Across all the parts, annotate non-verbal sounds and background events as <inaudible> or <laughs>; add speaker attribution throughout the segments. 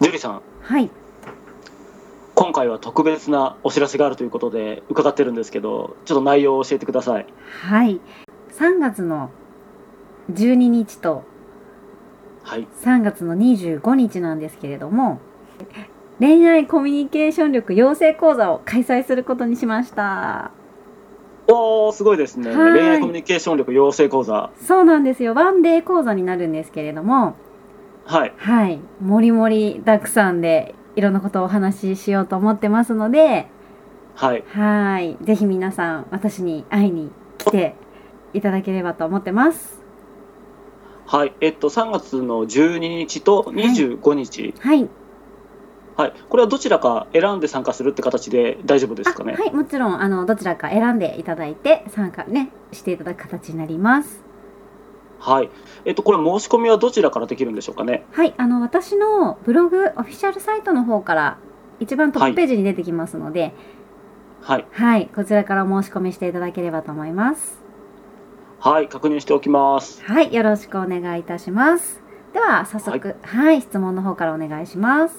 Speaker 1: ジュリさん
Speaker 2: はい
Speaker 1: 今回は特別なお知らせがあるということで伺ってるんですけどちょっと内容を教えてください
Speaker 2: はい3月の12日と
Speaker 1: はい
Speaker 2: 3月の25日なんですけれども恋愛コミュニケーション力養成講座を開催することにしました
Speaker 1: おーすごいですね
Speaker 2: はい
Speaker 1: 恋愛コミュニケーション力養成講座
Speaker 2: そうなんですよワンデー講座になるんですけれども
Speaker 1: はい
Speaker 2: はいもりもりたくさんでいろんなことをお話ししようと思ってますので
Speaker 1: はい
Speaker 2: はいぜひ皆さん私に会いに来ていただければと思ってます
Speaker 1: はいえっと3月の12日と25日
Speaker 2: はい
Speaker 1: はい、これはどちらか選んで参加するって形で大丈夫ですかね
Speaker 2: あはいもちろんあのどちらか選んでいただいて参加ねしていただく形になります
Speaker 1: はいえっとこれ申し込みはどちらからできるんでしょうかね
Speaker 2: はい、あの私のブログオフィシャルサイトの方から一番トップページに出てきますので、
Speaker 1: はい
Speaker 2: はい、こちらからお申し込みしていただければと思います。
Speaker 1: はい確認しておきます
Speaker 2: はい、よろしくお願いいたします。では早速、はい、質問の方からお願いします。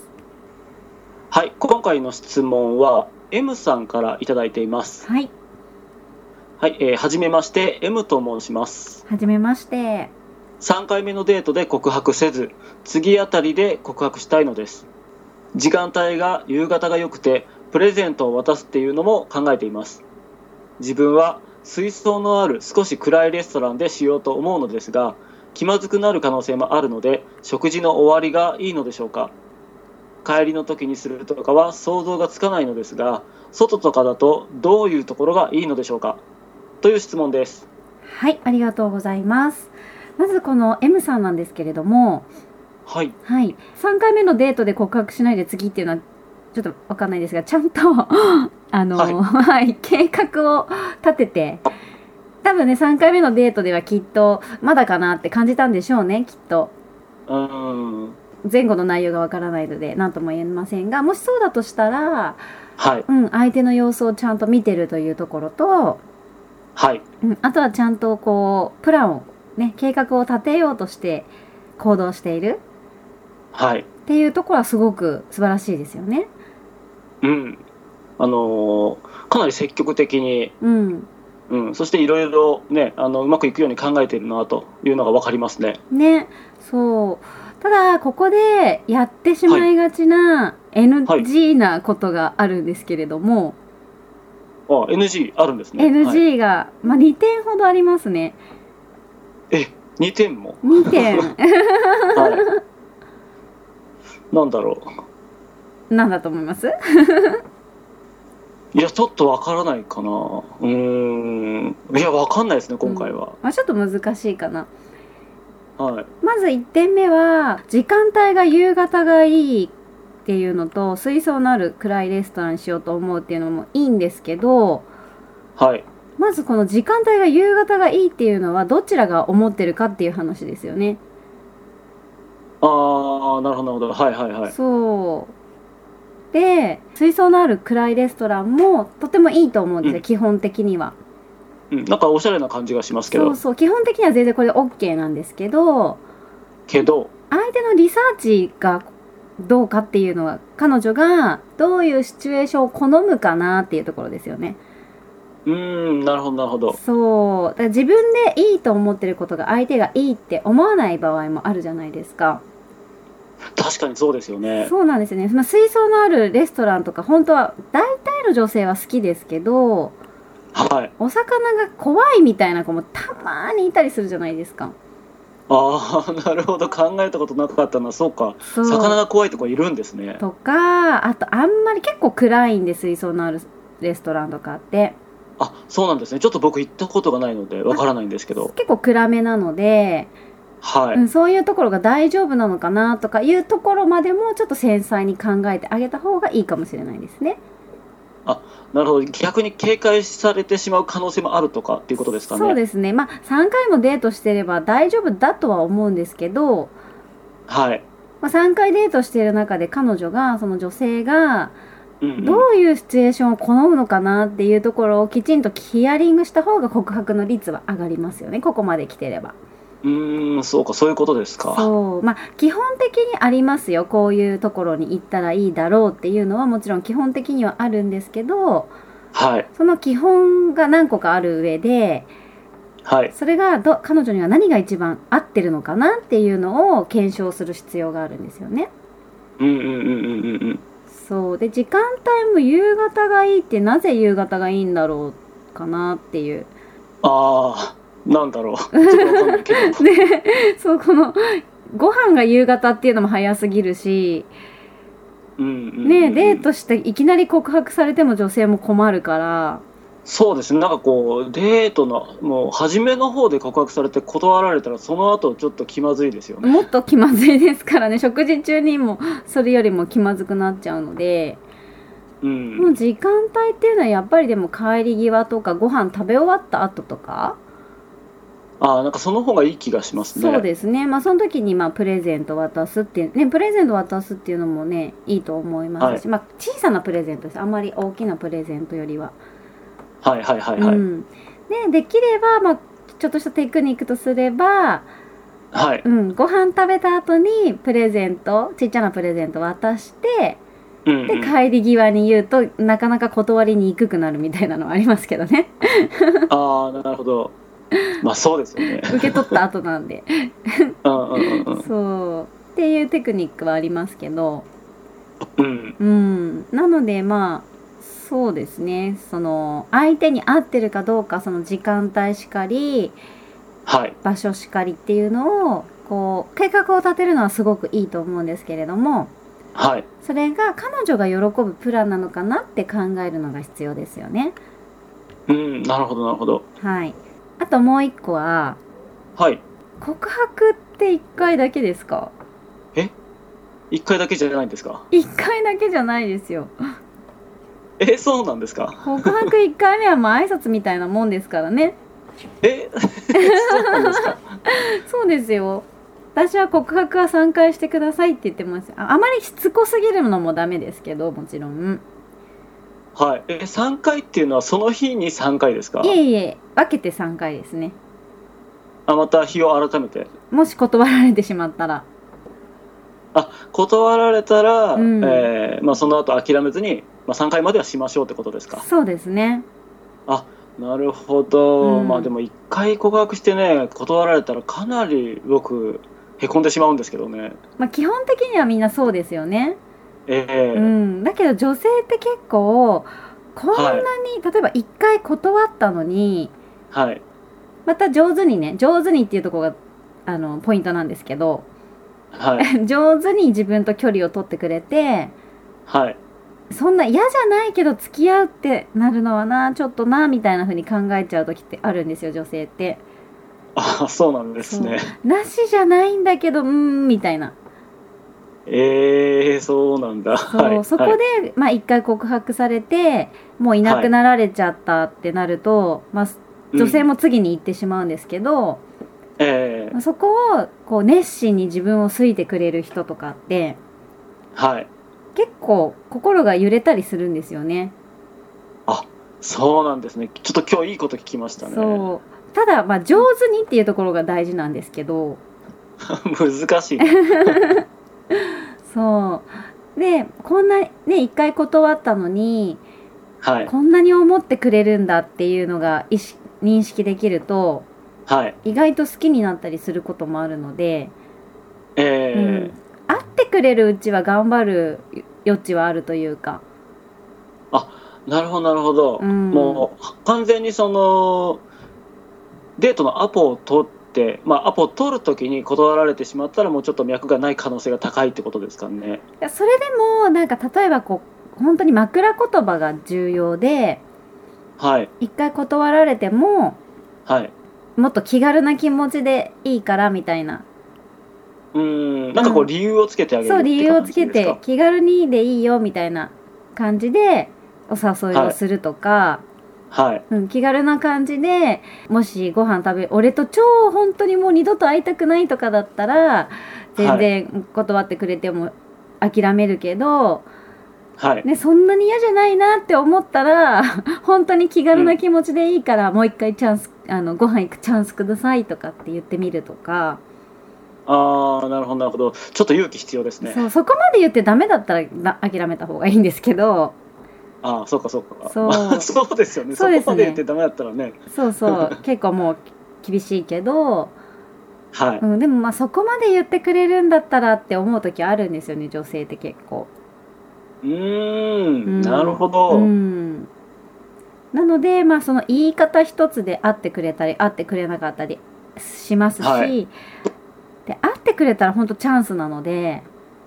Speaker 1: はい今回の質問は M さんからいただいています
Speaker 2: はい、
Speaker 1: はい、えーはじめまして、M と申します。
Speaker 2: はじめまして。
Speaker 1: 3回目のデートで告白せず、次あたりで告白したいのです。時間帯が夕方が良くて、プレゼントを渡すっていうのも考えています。自分は水槽のある少し暗いレストランでしようと思うのですが、気まずくなる可能性もあるので、食事の終わりがいいのでしょうか。帰りの時にするとかは想像がつかないのですが、外とかだとどういうところがいいのでしょうか。という質問です。
Speaker 2: はい、ありがとうございます。まずこの M さんなんですけれども、
Speaker 1: はい、
Speaker 2: はい、3回目のデートで告白しないで次っていうのはちょっとわかんないですがちゃんと <laughs> あの、
Speaker 1: は
Speaker 2: はいい計画を立てて多分ね3回目のデートではきっとまだかなって感じたんでしょうねきっと
Speaker 1: うーん、
Speaker 2: 前後の内容がわからないので何とも言えませんがもしそうだとしたら、
Speaker 1: はい、
Speaker 2: うん、相手の様子をちゃんと見てるというところと、
Speaker 1: はい、
Speaker 2: うん、あとはちゃんとこうプランを、ね、計画を立てようとして行動している
Speaker 1: はい、
Speaker 2: っていうところはすごく素晴らしいですよね。
Speaker 1: うん。あのーかなり積極的に、
Speaker 2: うん
Speaker 1: うん、そしていろいろね、あのうまくいくように考えているなというのがわかりますね。
Speaker 2: ねそうただここでやってしまいがちな NG なことがあるんですけれども、
Speaker 1: あ、NG あるんですね。はい
Speaker 2: NG が、まあ、2点ほどありますね
Speaker 1: え、二点も。
Speaker 2: 2点
Speaker 1: <laughs> はい。 <laughs> なんだろ
Speaker 2: なんだと思います
Speaker 1: う。いや、ちょっとわからないかな。うーん。いや、わかんないですね、今回は。
Speaker 2: まあ、ちょっと難しいかな
Speaker 1: はい。
Speaker 2: まず1点目は時間帯が夕方がいいっていうのと水槽のある暗いレストランにしようと思うっていうのもいいんですけど
Speaker 1: はい。
Speaker 2: まずこの時間帯が夕方がいいっていうのはどちらが思ってるかっていう話ですよね
Speaker 1: ああ、なるほど、なるほど。はい、はい、はい。
Speaker 2: そうで水槽のある暗いレストランもとてもいいと思うんですよ、
Speaker 1: うん
Speaker 2: 基本的には
Speaker 1: うん、なんかおしゃれな感じがしますけ
Speaker 2: そ
Speaker 1: ど
Speaker 2: う。そう基本的には全然これ OK なんですけど
Speaker 1: けど。
Speaker 2: 相手のリサーチがどうかっていうのは彼女がどういうシチュエーションを好むかなっていうところですよね
Speaker 1: うーん、なるほど、なるほど。
Speaker 2: そうだから自分でいいと思ってることが相手がいいって思わない場合もあるじゃないですか
Speaker 1: 確かにそうですよね。
Speaker 2: そうなんですよね、まあ、水槽のあるレストランとか本当は大体の女性は好きですけど
Speaker 1: はい。
Speaker 2: お魚が怖いみたいな子もたまにいたりするじゃないですか
Speaker 1: ああ、 <laughs> なるほど。考えたことなかったな。そうか。
Speaker 2: そう
Speaker 1: 魚が怖いとこいるんですね。
Speaker 2: とかあとあんまり結構暗いんで水槽のあるレストランとかあって
Speaker 1: あ、そうなんですね。ちょっと僕行ったことがないので、わからないんですけど。
Speaker 2: 結構暗めなので、
Speaker 1: はい。
Speaker 2: うん、そういうところが大丈夫なのかなとかいうところまでもちょっと繊細に考えてあげた方がいいかもしれないですね。
Speaker 1: なるほど。逆に警戒されてしまう可能性もあるとかっていうことですかね。
Speaker 2: そうですね、まあ、3回もデートしてれば大丈夫だとは思うんですけど、
Speaker 1: はい。
Speaker 2: まあ、3回デートしている中で彼女がその女性が
Speaker 1: うん、うん。
Speaker 2: どういうシチュエーションを好むのかなっていうところをきちんとヒアリングした方が告白の率は上がりますよねここまで来てれば。
Speaker 1: うーん、そうか、そういうことですか。
Speaker 2: そうまあ基本的にありますよこういうところに行ったらいいだろうっていうのはもちろん基本的にはあるんですけど
Speaker 1: はい。
Speaker 2: その基本が何個かある上で
Speaker 1: はい。
Speaker 2: それがど彼女には何が一番合ってるのかなっていうのを検証する必要があるんですよね。
Speaker 1: うんうんうんうんうんうん。
Speaker 2: そうで時間帯も夕方がいいってなぜ夕方がいいんだろうかなっていう
Speaker 1: ああ、なんだろう。ちょっとわかんない
Speaker 2: <laughs>
Speaker 1: けど。
Speaker 2: ねそうこのご飯が夕方っていうのも早すぎるし
Speaker 1: うんうんうんうん
Speaker 2: ねデートしていきなり告白されても女性も困るから
Speaker 1: そうですね、なんかこう、デートの、もう、初めの方で告白されて断られたら、その後ちょっと気まずいですよね。
Speaker 2: もっと気まずいですからね食事中にもそれよりも気まずくなっちゃうので
Speaker 1: う。
Speaker 2: もうん時間帯っていうのはやっぱりでも帰り際とかご飯食べ終わった後とか、
Speaker 1: ああ、なんかその方がいい気がしますね。
Speaker 2: そうですねまあその時にまあプレゼント渡すっていうねプレゼント渡すっていうのもねいいと思いますし、まあ小さなプレゼントですあんまり大きなプレゼントよりは。
Speaker 1: はいはいはいはい。
Speaker 2: うん、でできれば、まあ、ちょっとしたテクニックとすれば、
Speaker 1: はい。
Speaker 2: うん、ご飯食べた後にプレゼントちっちゃなプレゼント渡して
Speaker 1: うんうん、
Speaker 2: で <laughs> 帰り際に言うとなかなか断りにくくなるみたいなのはありますけど
Speaker 1: <laughs>
Speaker 2: ね
Speaker 1: ああ、なるほど。まあそうですよね。
Speaker 2: 受け取った後なんで
Speaker 1: うんうんうんうん。
Speaker 2: そうっていうテクニックはありますけど、
Speaker 1: うん。
Speaker 2: うん、なのでまあそうですねその相手に合ってるかどうかその時間帯しかり
Speaker 1: はい。
Speaker 2: 場所しかりっていうのをこう計画を立てるのはすごくいいと思うんですけれども
Speaker 1: はい。
Speaker 2: それが彼女が喜ぶプランなのかなって考えるのが必要ですよね。
Speaker 1: うん、なるほどなるほど。
Speaker 2: はい、あともう一個は
Speaker 1: はい。
Speaker 2: 告白って1回だけですか
Speaker 1: 一回だけじゃないんですか。
Speaker 2: 1回だけじゃないですよ
Speaker 1: え、そうなんですか。 <laughs>
Speaker 2: 告白1回目はまあ挨拶みたいなもんですからね
Speaker 1: え、そうなんですか。
Speaker 2: そうですよ私は告白は3回してくださいって言ってますああまりしつこすぎるのもダメですけどもちろん
Speaker 1: はい。え、三回っていうのはその日に三回ですか
Speaker 2: い。えいえ分けて3回ですね
Speaker 1: あ、また日を改めて。
Speaker 2: もし断られてしまったら
Speaker 1: 断られたら、
Speaker 2: うん
Speaker 1: えーまあ、その後諦めずに、まあ、3回まではしましょうってことですか。
Speaker 2: そうですね
Speaker 1: なるほど、
Speaker 2: うん
Speaker 1: まあでも1回告白してね断られたらかなり僕へこんでしまうんですけどね。
Speaker 2: まあ基本的にはみんなそうですよね、
Speaker 1: え
Speaker 2: う
Speaker 1: ー
Speaker 2: ん、だけど女性って結構こんなに、
Speaker 1: は
Speaker 2: 例えば1回断ったのに
Speaker 1: はい
Speaker 2: また上手にね上手にっていうところがあのポイントなんですけど <laughs>
Speaker 1: はい
Speaker 2: 上手に自分と距離を取ってくれて
Speaker 1: はい
Speaker 2: そんな嫌じゃないけど付き合うってなるのはなちょっとなみたいな風に考えちゃう時ってあるんですよ女性って。
Speaker 1: あそうなんですね。
Speaker 2: なしじゃないんだけどうーんみたいな
Speaker 1: えー、そうなんだ。
Speaker 2: そう、
Speaker 1: はい
Speaker 2: そこ
Speaker 1: は
Speaker 2: で
Speaker 1: い、
Speaker 2: まあ、一回告白されてもういなくなられちゃったってなると、まあ、女性
Speaker 1: うん
Speaker 2: も次に行ってしまうんですけど、
Speaker 1: え
Speaker 2: ま
Speaker 1: ー
Speaker 2: あそこをこう熱心に自分を好いてくれる人とかって
Speaker 1: はい
Speaker 2: 結構心が揺れたりするんですよね。
Speaker 1: そうなんですね。ちょっと今日いいこと聞きましたね。
Speaker 2: そうただ、まあ、上手にっていうところが大事なんですけど
Speaker 1: <laughs> 難しい。
Speaker 2: そうでこんなね一回断ったのに
Speaker 1: はい
Speaker 2: こんなに思ってくれるんだっていうのが意識認識できると
Speaker 1: はい
Speaker 2: 意外と好きになったりすることもあるので、
Speaker 1: えー
Speaker 2: うん会ってくれるうちは頑張る余地はあるというか。
Speaker 1: なるほど、なるほど。
Speaker 2: うん
Speaker 1: もう、完全にその、デートのアポを取って、まあ、アポを取るときに断られてしまったら、もうちょっと脈がない可能性が高いってことですかね。
Speaker 2: いやそれでもなんか例えばこう本当に枕言葉が重要で
Speaker 1: はい、
Speaker 2: 一回断られても
Speaker 1: はい。
Speaker 2: もっと気軽な気持ちでいいからみたいな
Speaker 1: うん、なんか
Speaker 2: う
Speaker 1: こうん理由をつけてあげる
Speaker 2: そう理由をつけ
Speaker 1: っ
Speaker 2: て
Speaker 1: て感
Speaker 2: 気軽にでいいよみたいな感じでお誘いをするとか、
Speaker 1: じですかはい。
Speaker 2: うん、気軽な感じでもしご飯食べ俺と超本当にもう二度と会いたくないとかだったら全然断ってくれても諦めるけど、
Speaker 1: はい。
Speaker 2: ね、そんなに嫌じゃないなって思ったら本当に気軽な気持ちでいいから、もう一回チャンスあのご飯行くチャンスくださいとかって言ってみるとか、
Speaker 1: ああ、なるほど、なるほど。ちょっと勇気必要ですね。
Speaker 2: そうそこまで言ってダメだったらな諦めた方がいいんですけど
Speaker 1: ああ、そうか、そうか。
Speaker 2: そう
Speaker 1: まあ <laughs> そうですよね。
Speaker 2: そ
Speaker 1: そう
Speaker 2: ですね
Speaker 1: こまで言ってダメだったらね。
Speaker 2: そうそう結構もう厳しいけど、
Speaker 1: はい。
Speaker 2: うん、でもまあそこまで言ってくれるんだったらって思う時あるんですよね女性って結構。
Speaker 1: うー
Speaker 2: うん
Speaker 1: ん、なるほど。
Speaker 2: うんなので、まあ、その言い方一つで会ってくれたり会ってくれなかったりしますし、
Speaker 1: はい
Speaker 2: で会ってくれたら本当チャンスなので、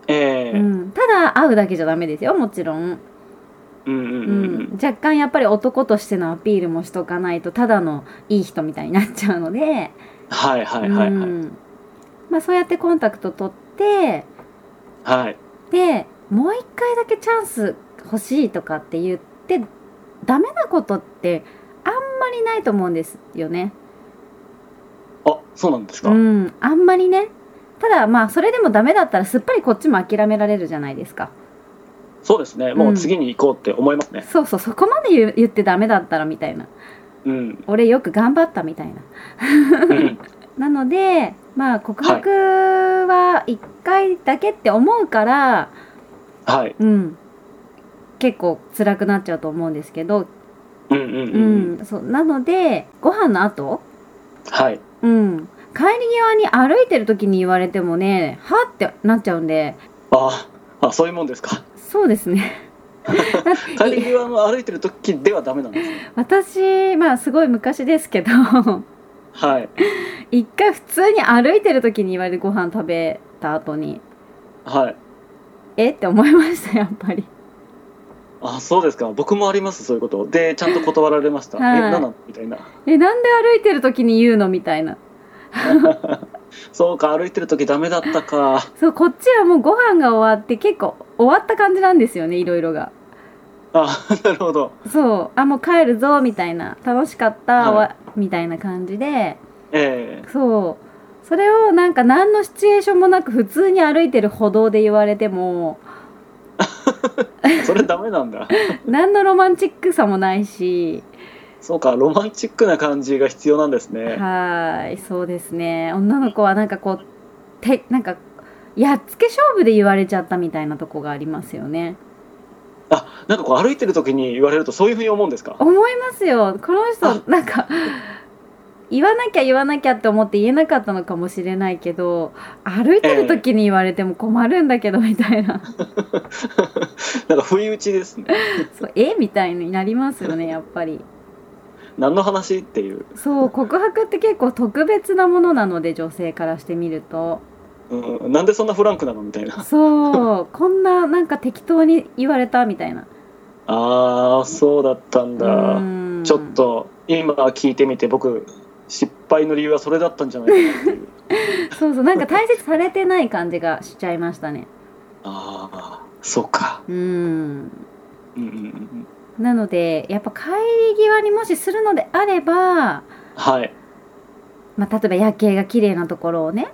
Speaker 1: ええ
Speaker 2: うん、ただ会うだけじゃダメですよもちろん、
Speaker 1: うんうん
Speaker 2: う
Speaker 1: うん
Speaker 2: ん
Speaker 1: うん。
Speaker 2: 若干やっぱり男としてのアピールもしとかないとただのいい人みたいになっちゃうので、
Speaker 1: はいはいはいうはい。
Speaker 2: んまあ、そうやってコンタクト取って
Speaker 1: はい。
Speaker 2: でもう一回だけチャンス欲しいとかって言ってダメなことってあんまりないと思うんですよね。
Speaker 1: あ、そうなんですか。
Speaker 2: うん、あんまりね。ただまあそれでもダメだったらすっぱりこっちも諦められるじゃないですか。
Speaker 1: そうですね。もう次に行こうって思いますね。
Speaker 2: そうそうそこまで言う言ってダメだったらみたいな。
Speaker 1: うん。
Speaker 2: 俺よく頑張ったみたいな。 <laughs>
Speaker 1: うん
Speaker 2: なのでまあ告白は一回だけって思うから、
Speaker 1: はい。
Speaker 2: うん。結構辛くなっちゃうと思うんですけど、
Speaker 1: うんうん
Speaker 2: う
Speaker 1: うん。
Speaker 2: ん、そうなのでご飯の後、
Speaker 1: はい。
Speaker 2: うん、帰り際に歩いてる時に言われてもねはってなっちゃうんで
Speaker 1: ああ、そういうもんですか。
Speaker 2: そうですね <laughs>
Speaker 1: 帰り際の歩いてる時ではダメなんですね。
Speaker 2: 私まあすごい昔ですけど <laughs>
Speaker 1: はい。
Speaker 2: 一回普通に歩いてる時に言われるご飯食べた後に
Speaker 1: はい。
Speaker 2: えって思いましたやっぱり <laughs>
Speaker 1: あ、そうですか。僕もあります、そういうこと。で、ちゃんと断られました。
Speaker 2: はい
Speaker 1: え、なんなんみたいな。
Speaker 2: えなんで歩いてる時に言うのみたいな
Speaker 1: そうか、歩いてる時ダメだったか。
Speaker 2: そうこっちはもうご飯が終わって結構終わった感じなんですよねいろいろが
Speaker 1: あ、 <laughs> なるほど。
Speaker 2: そうあもう帰るぞみたいな楽しかった、
Speaker 1: はい
Speaker 2: わみたいな感じで
Speaker 1: ええ
Speaker 2: そうそれをなんか何のシチュエーションもなく普通に歩いてる歩道で言われて
Speaker 1: <laughs>
Speaker 2: も
Speaker 1: それダメなんだ。
Speaker 2: 何のロマンチックさもないし
Speaker 1: そうか、ロマンチックな感じが必要なんですね。
Speaker 2: はーいそうですね女の子はなんかこうてなんかやっつけ勝負で言われちゃったみたいなとこがありますよね
Speaker 1: あ、なんかこう歩いてる時に言われるとそういうふうに思うんですか。
Speaker 2: 思いますよこの人
Speaker 1: あ
Speaker 2: なんか言わなきゃ言わなきゃって思って言えなかったのかもしれないけど歩いてる時に言われても困るんだけどみたい
Speaker 1: <laughs>
Speaker 2: な
Speaker 1: なんか不意打ちですね。
Speaker 2: そうえみたいになりますよねやっぱり
Speaker 1: 何の話っていう。
Speaker 2: そう告白って結構特別なものなので女性からしてみると
Speaker 1: うん、なんでそんなフランクなのみたいな。 <laughs>
Speaker 2: そうこんななんか適当に言われたみたいな
Speaker 1: ああ、そうだったんだ。
Speaker 2: うん
Speaker 1: ちょっと今聞いてみて、僕失敗の理由はそれだったんじゃないかな <laughs> っていう。
Speaker 2: そうそうなんか大切されてない感じがしちゃいましたね
Speaker 1: ああ、そうか。
Speaker 2: うん
Speaker 1: うんうんうん。
Speaker 2: なのでやっぱ帰り際にもしするのであれば、
Speaker 1: はい。
Speaker 2: まあ、例えば夜景が綺麗なところをね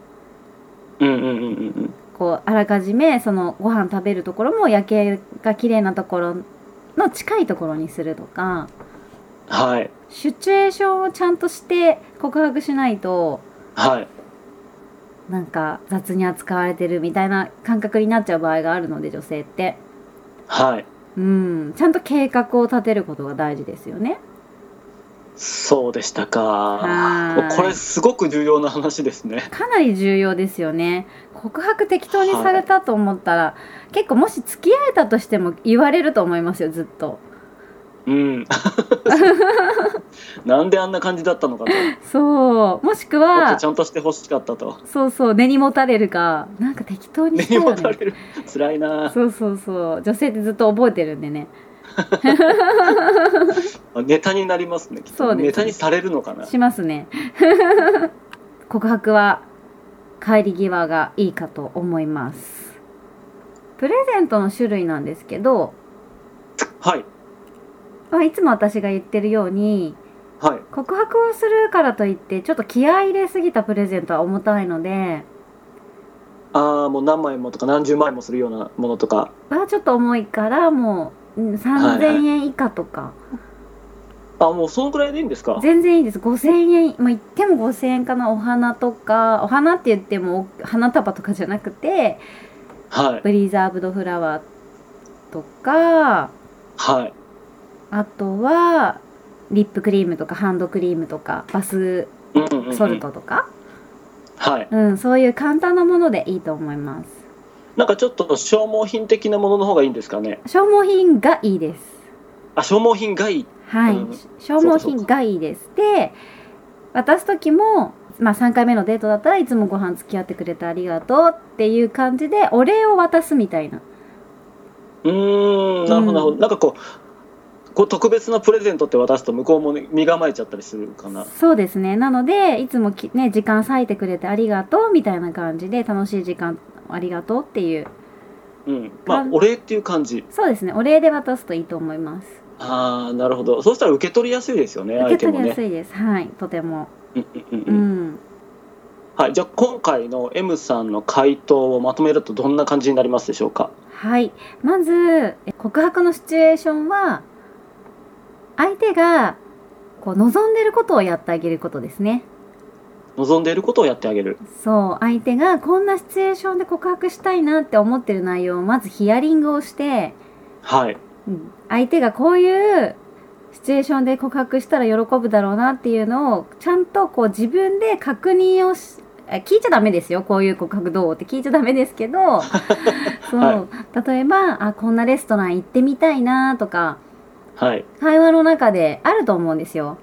Speaker 1: うんうんうんうんうん。
Speaker 2: こうあらかじめそのご飯食べるところも夜景が綺麗なところの近いところにするとか
Speaker 1: はい。
Speaker 2: シチュエーションをちゃんとして告白しないと
Speaker 1: はい。
Speaker 2: なんか雑に扱われてるみたいな感覚になっちゃう場合があるので女性って
Speaker 1: はい。
Speaker 2: うんちゃんと計画を立てることが大事ですよね
Speaker 1: そうでした
Speaker 2: は
Speaker 1: か
Speaker 2: ーい
Speaker 1: これすごく重要な話ですね
Speaker 2: かなり重要ですよね告白適当にされたと思ったら、結構もし付き合えたとしても言われると思いますよずっと
Speaker 1: うん <laughs> なんであんな感じだったのかと
Speaker 2: そうもしく
Speaker 1: もっと
Speaker 2: は
Speaker 1: ちゃんとしてほしかったと
Speaker 2: そうそう根に持たれるかなんか適当に
Speaker 1: <laughs> 根
Speaker 2: した
Speaker 1: に持
Speaker 2: よ
Speaker 1: た
Speaker 2: ね
Speaker 1: れる辛いな
Speaker 2: そうそうそう女性ってずっと覚えてるんでね
Speaker 1: ネタになりますねきっと
Speaker 2: そうですね
Speaker 1: ネタにされるのかな
Speaker 2: しますね <laughs> 告白は帰り際がいいかと思いますプレゼントの種類なんですけど
Speaker 1: はい
Speaker 2: まあいつも私が言ってるように
Speaker 1: はい
Speaker 2: 告白をするからといってちょっと気合い入れすぎたプレゼントは重たいので
Speaker 1: ああもう何枚もとか何十枚もするようなものとか
Speaker 2: はちょっと重いからもううん3000円以下とか、
Speaker 1: あもうそのくらいでいいんですか
Speaker 2: 全然いいです5000円まあ言っても5000円かなお花とかお花って言ってもお花束とかじゃなくて
Speaker 1: はい
Speaker 2: プリザーブドフラワーとか
Speaker 1: はい
Speaker 2: あとはリップクリームとかハンドクリームとかバス
Speaker 1: うんうん、うん、
Speaker 2: ソルトとか、
Speaker 1: はい
Speaker 2: うんそういう簡単なものでいいと思います
Speaker 1: なんかちょっと消耗品的なものの方がいいんですかね
Speaker 2: 消耗品がいいです
Speaker 1: あ消耗品がいい
Speaker 2: はい、
Speaker 1: うん
Speaker 2: 消耗品がいいですで渡す時も、まあ、3回目のデートだったらいつもご飯付き合ってくれてありがとうっていう感じでお礼を渡すみたいな
Speaker 1: うーんなるほどなるほど、
Speaker 2: うん
Speaker 1: なんかこうこう特別なプレゼントって渡すと向こうもね身構えちゃったりするかな
Speaker 2: そうですねなのでいつもき、ね、時間割いてくれてありがとうみたいな感じで楽しい時間ありがとうっていう
Speaker 1: うんまあ
Speaker 2: かん
Speaker 1: お礼っていう感じ
Speaker 2: そうですねお礼で渡すといいと思います
Speaker 1: ああなるほどそうしたら受け取りやすいですよね
Speaker 2: 受
Speaker 1: 相
Speaker 2: け
Speaker 1: 手も
Speaker 2: 取りやす
Speaker 1: ね
Speaker 2: いです、はいとても
Speaker 1: うんうんう
Speaker 2: うん
Speaker 1: うん
Speaker 2: ん、
Speaker 1: はいじゃあ今回の M さんの回答をまとめるとどんな感じになりますでしょうか
Speaker 2: はいまずえ告白のシチュエーションは相手がこう望んでることをやってあげることですね
Speaker 1: 望んでいることをやってあげる
Speaker 2: そう相手がこんなシチュエーションで告白したいなって思ってる内容をまずヒアリングをして、
Speaker 1: はい
Speaker 2: うん相手がこういうシチュエーションで告白したら喜ぶだろうなっていうのをちゃんとこう自分で確認をしあ聞いちゃダメですよこういう告白どうって聞いちゃダメですけどそう、
Speaker 1: は
Speaker 2: 例えばあこんなレストラン行ってみたいなとか
Speaker 1: はい
Speaker 2: 会話の中であると思うんですよ。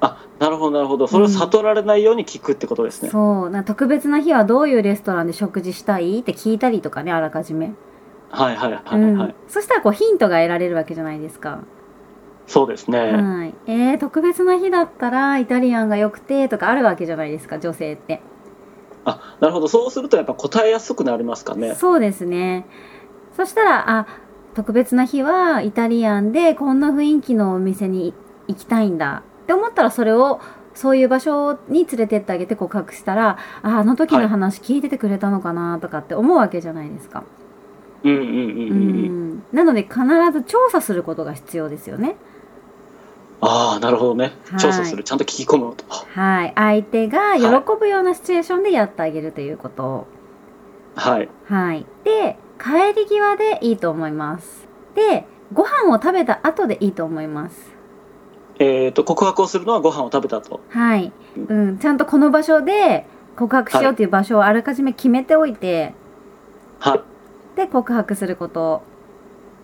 Speaker 1: あなるほどなるほどそれを悟られないように聞くってことですね、
Speaker 2: そうな特別な日はどういうレストランで食事したいって聞いたりとかねあらかじめ、
Speaker 1: はいはいは
Speaker 2: う
Speaker 1: い
Speaker 2: ん
Speaker 1: はい、
Speaker 2: そしたらこうヒントが得られるわけじゃないですか。
Speaker 1: そうですね、
Speaker 2: はい、えー、特別な日だったらイタリアンが良くてとかあるわけじゃないですか女性って、
Speaker 1: あなるほどそうするとやっぱ答えやすくなりますかね
Speaker 2: そうですねそしたらあ特別な日はイタリアンでこんな雰囲気のお店に行きたいんだって思ったらそれをそういう場所に連れてってあげて告白したらああの時の話聞いててくれたのかなとかって思うわけじゃないですか、
Speaker 1: うんうんうん
Speaker 2: う
Speaker 1: うんうん
Speaker 2: んなので必ず調査することが必要ですよね
Speaker 1: ああなるほどね
Speaker 2: はい
Speaker 1: 調査するちゃんと聞き込むと
Speaker 2: はい相手が喜ぶようなシチュエーションでやってあげるということを
Speaker 1: はい
Speaker 2: はい。で、帰り際でいいと思います。で、ご飯を食べた後でいいと思います。
Speaker 1: えー、と告白をするのはご飯を食べたと
Speaker 2: はい。うん、ちゃんとこの場所で告白しようという場所をあらかじめ決めておいて、
Speaker 1: は
Speaker 2: で、告白すること。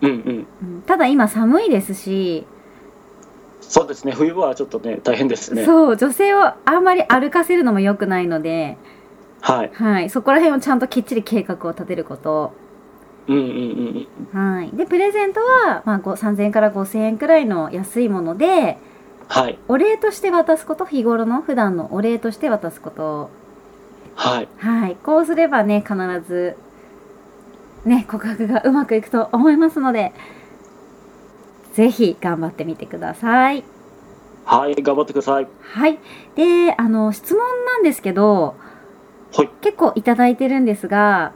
Speaker 1: いうんうん
Speaker 2: うんただ今寒いですし、
Speaker 1: そうですね冬場はちょっとね大変ですね
Speaker 2: そう、女性をあんまり歩かせるのも良くないので、
Speaker 1: はい
Speaker 2: はい。そこら辺をちゃんときっちり計画を立てること。
Speaker 1: うんうんうんうん
Speaker 2: はい。で、プレゼントは、まあ、ご3000円から5000円くらいの安いもので、
Speaker 1: はい
Speaker 2: お礼として渡すこと日頃の普段のお礼として渡すこと
Speaker 1: はい
Speaker 2: はいこうすればね必ずね告白がうまくいくと思いますのでぜひ頑張ってみてください
Speaker 1: はい頑張ってください
Speaker 2: はいであの質問なんですけど
Speaker 1: はい
Speaker 2: 結構いただいてるんですが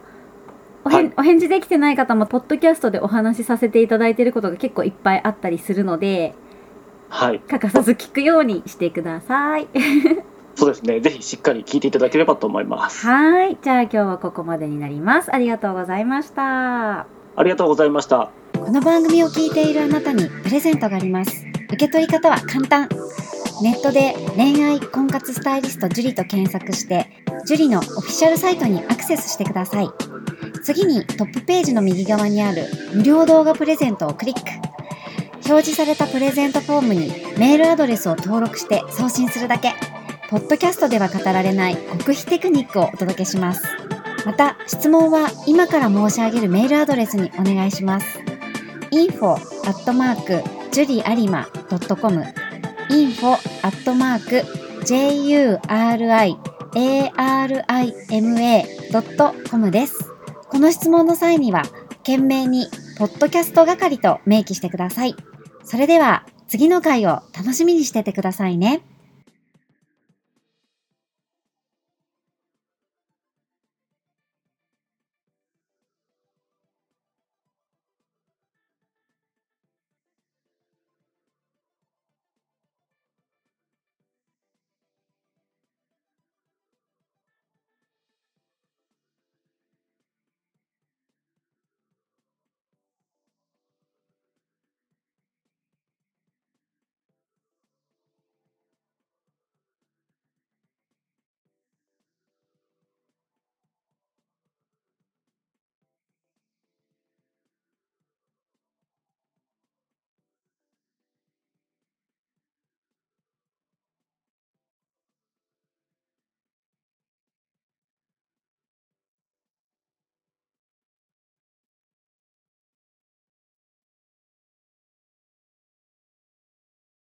Speaker 2: おへん
Speaker 1: はい
Speaker 2: お返事できてない方もポッドキャストでお話しさせていただいてることが結構いっぱいあったりするので
Speaker 1: はい
Speaker 2: 欠かさず聞くようにしてください
Speaker 1: そうですねぜひしっかり聞いていただければと思います
Speaker 2: はい。じゃあ今日はここまでになります。ありがとうございました。
Speaker 1: ありがとうございました
Speaker 3: この番組を聞いているあなたにプレゼントがあります受け取り方は簡単
Speaker 2: ネットで恋愛婚活スタイリストジュリと検索して、ジュリのオフィシャルサイトにアクセスしてください。次にトップページの右側にある無料動画プレゼントをクリック。表示されたプレゼントフォームにメールアドレスを登録して送信するだけ。ポッドキャストでは語られない極秘テクニックをお届けします。また、質問は今から申し上げるメールアドレスにお願いします。info アットマーク juriarima.com info アットマーク juriarima.com です。この質問の際には、懸命にポッドキャスト係と明記してください。それでは、次の回を楽しみにしててくださいね。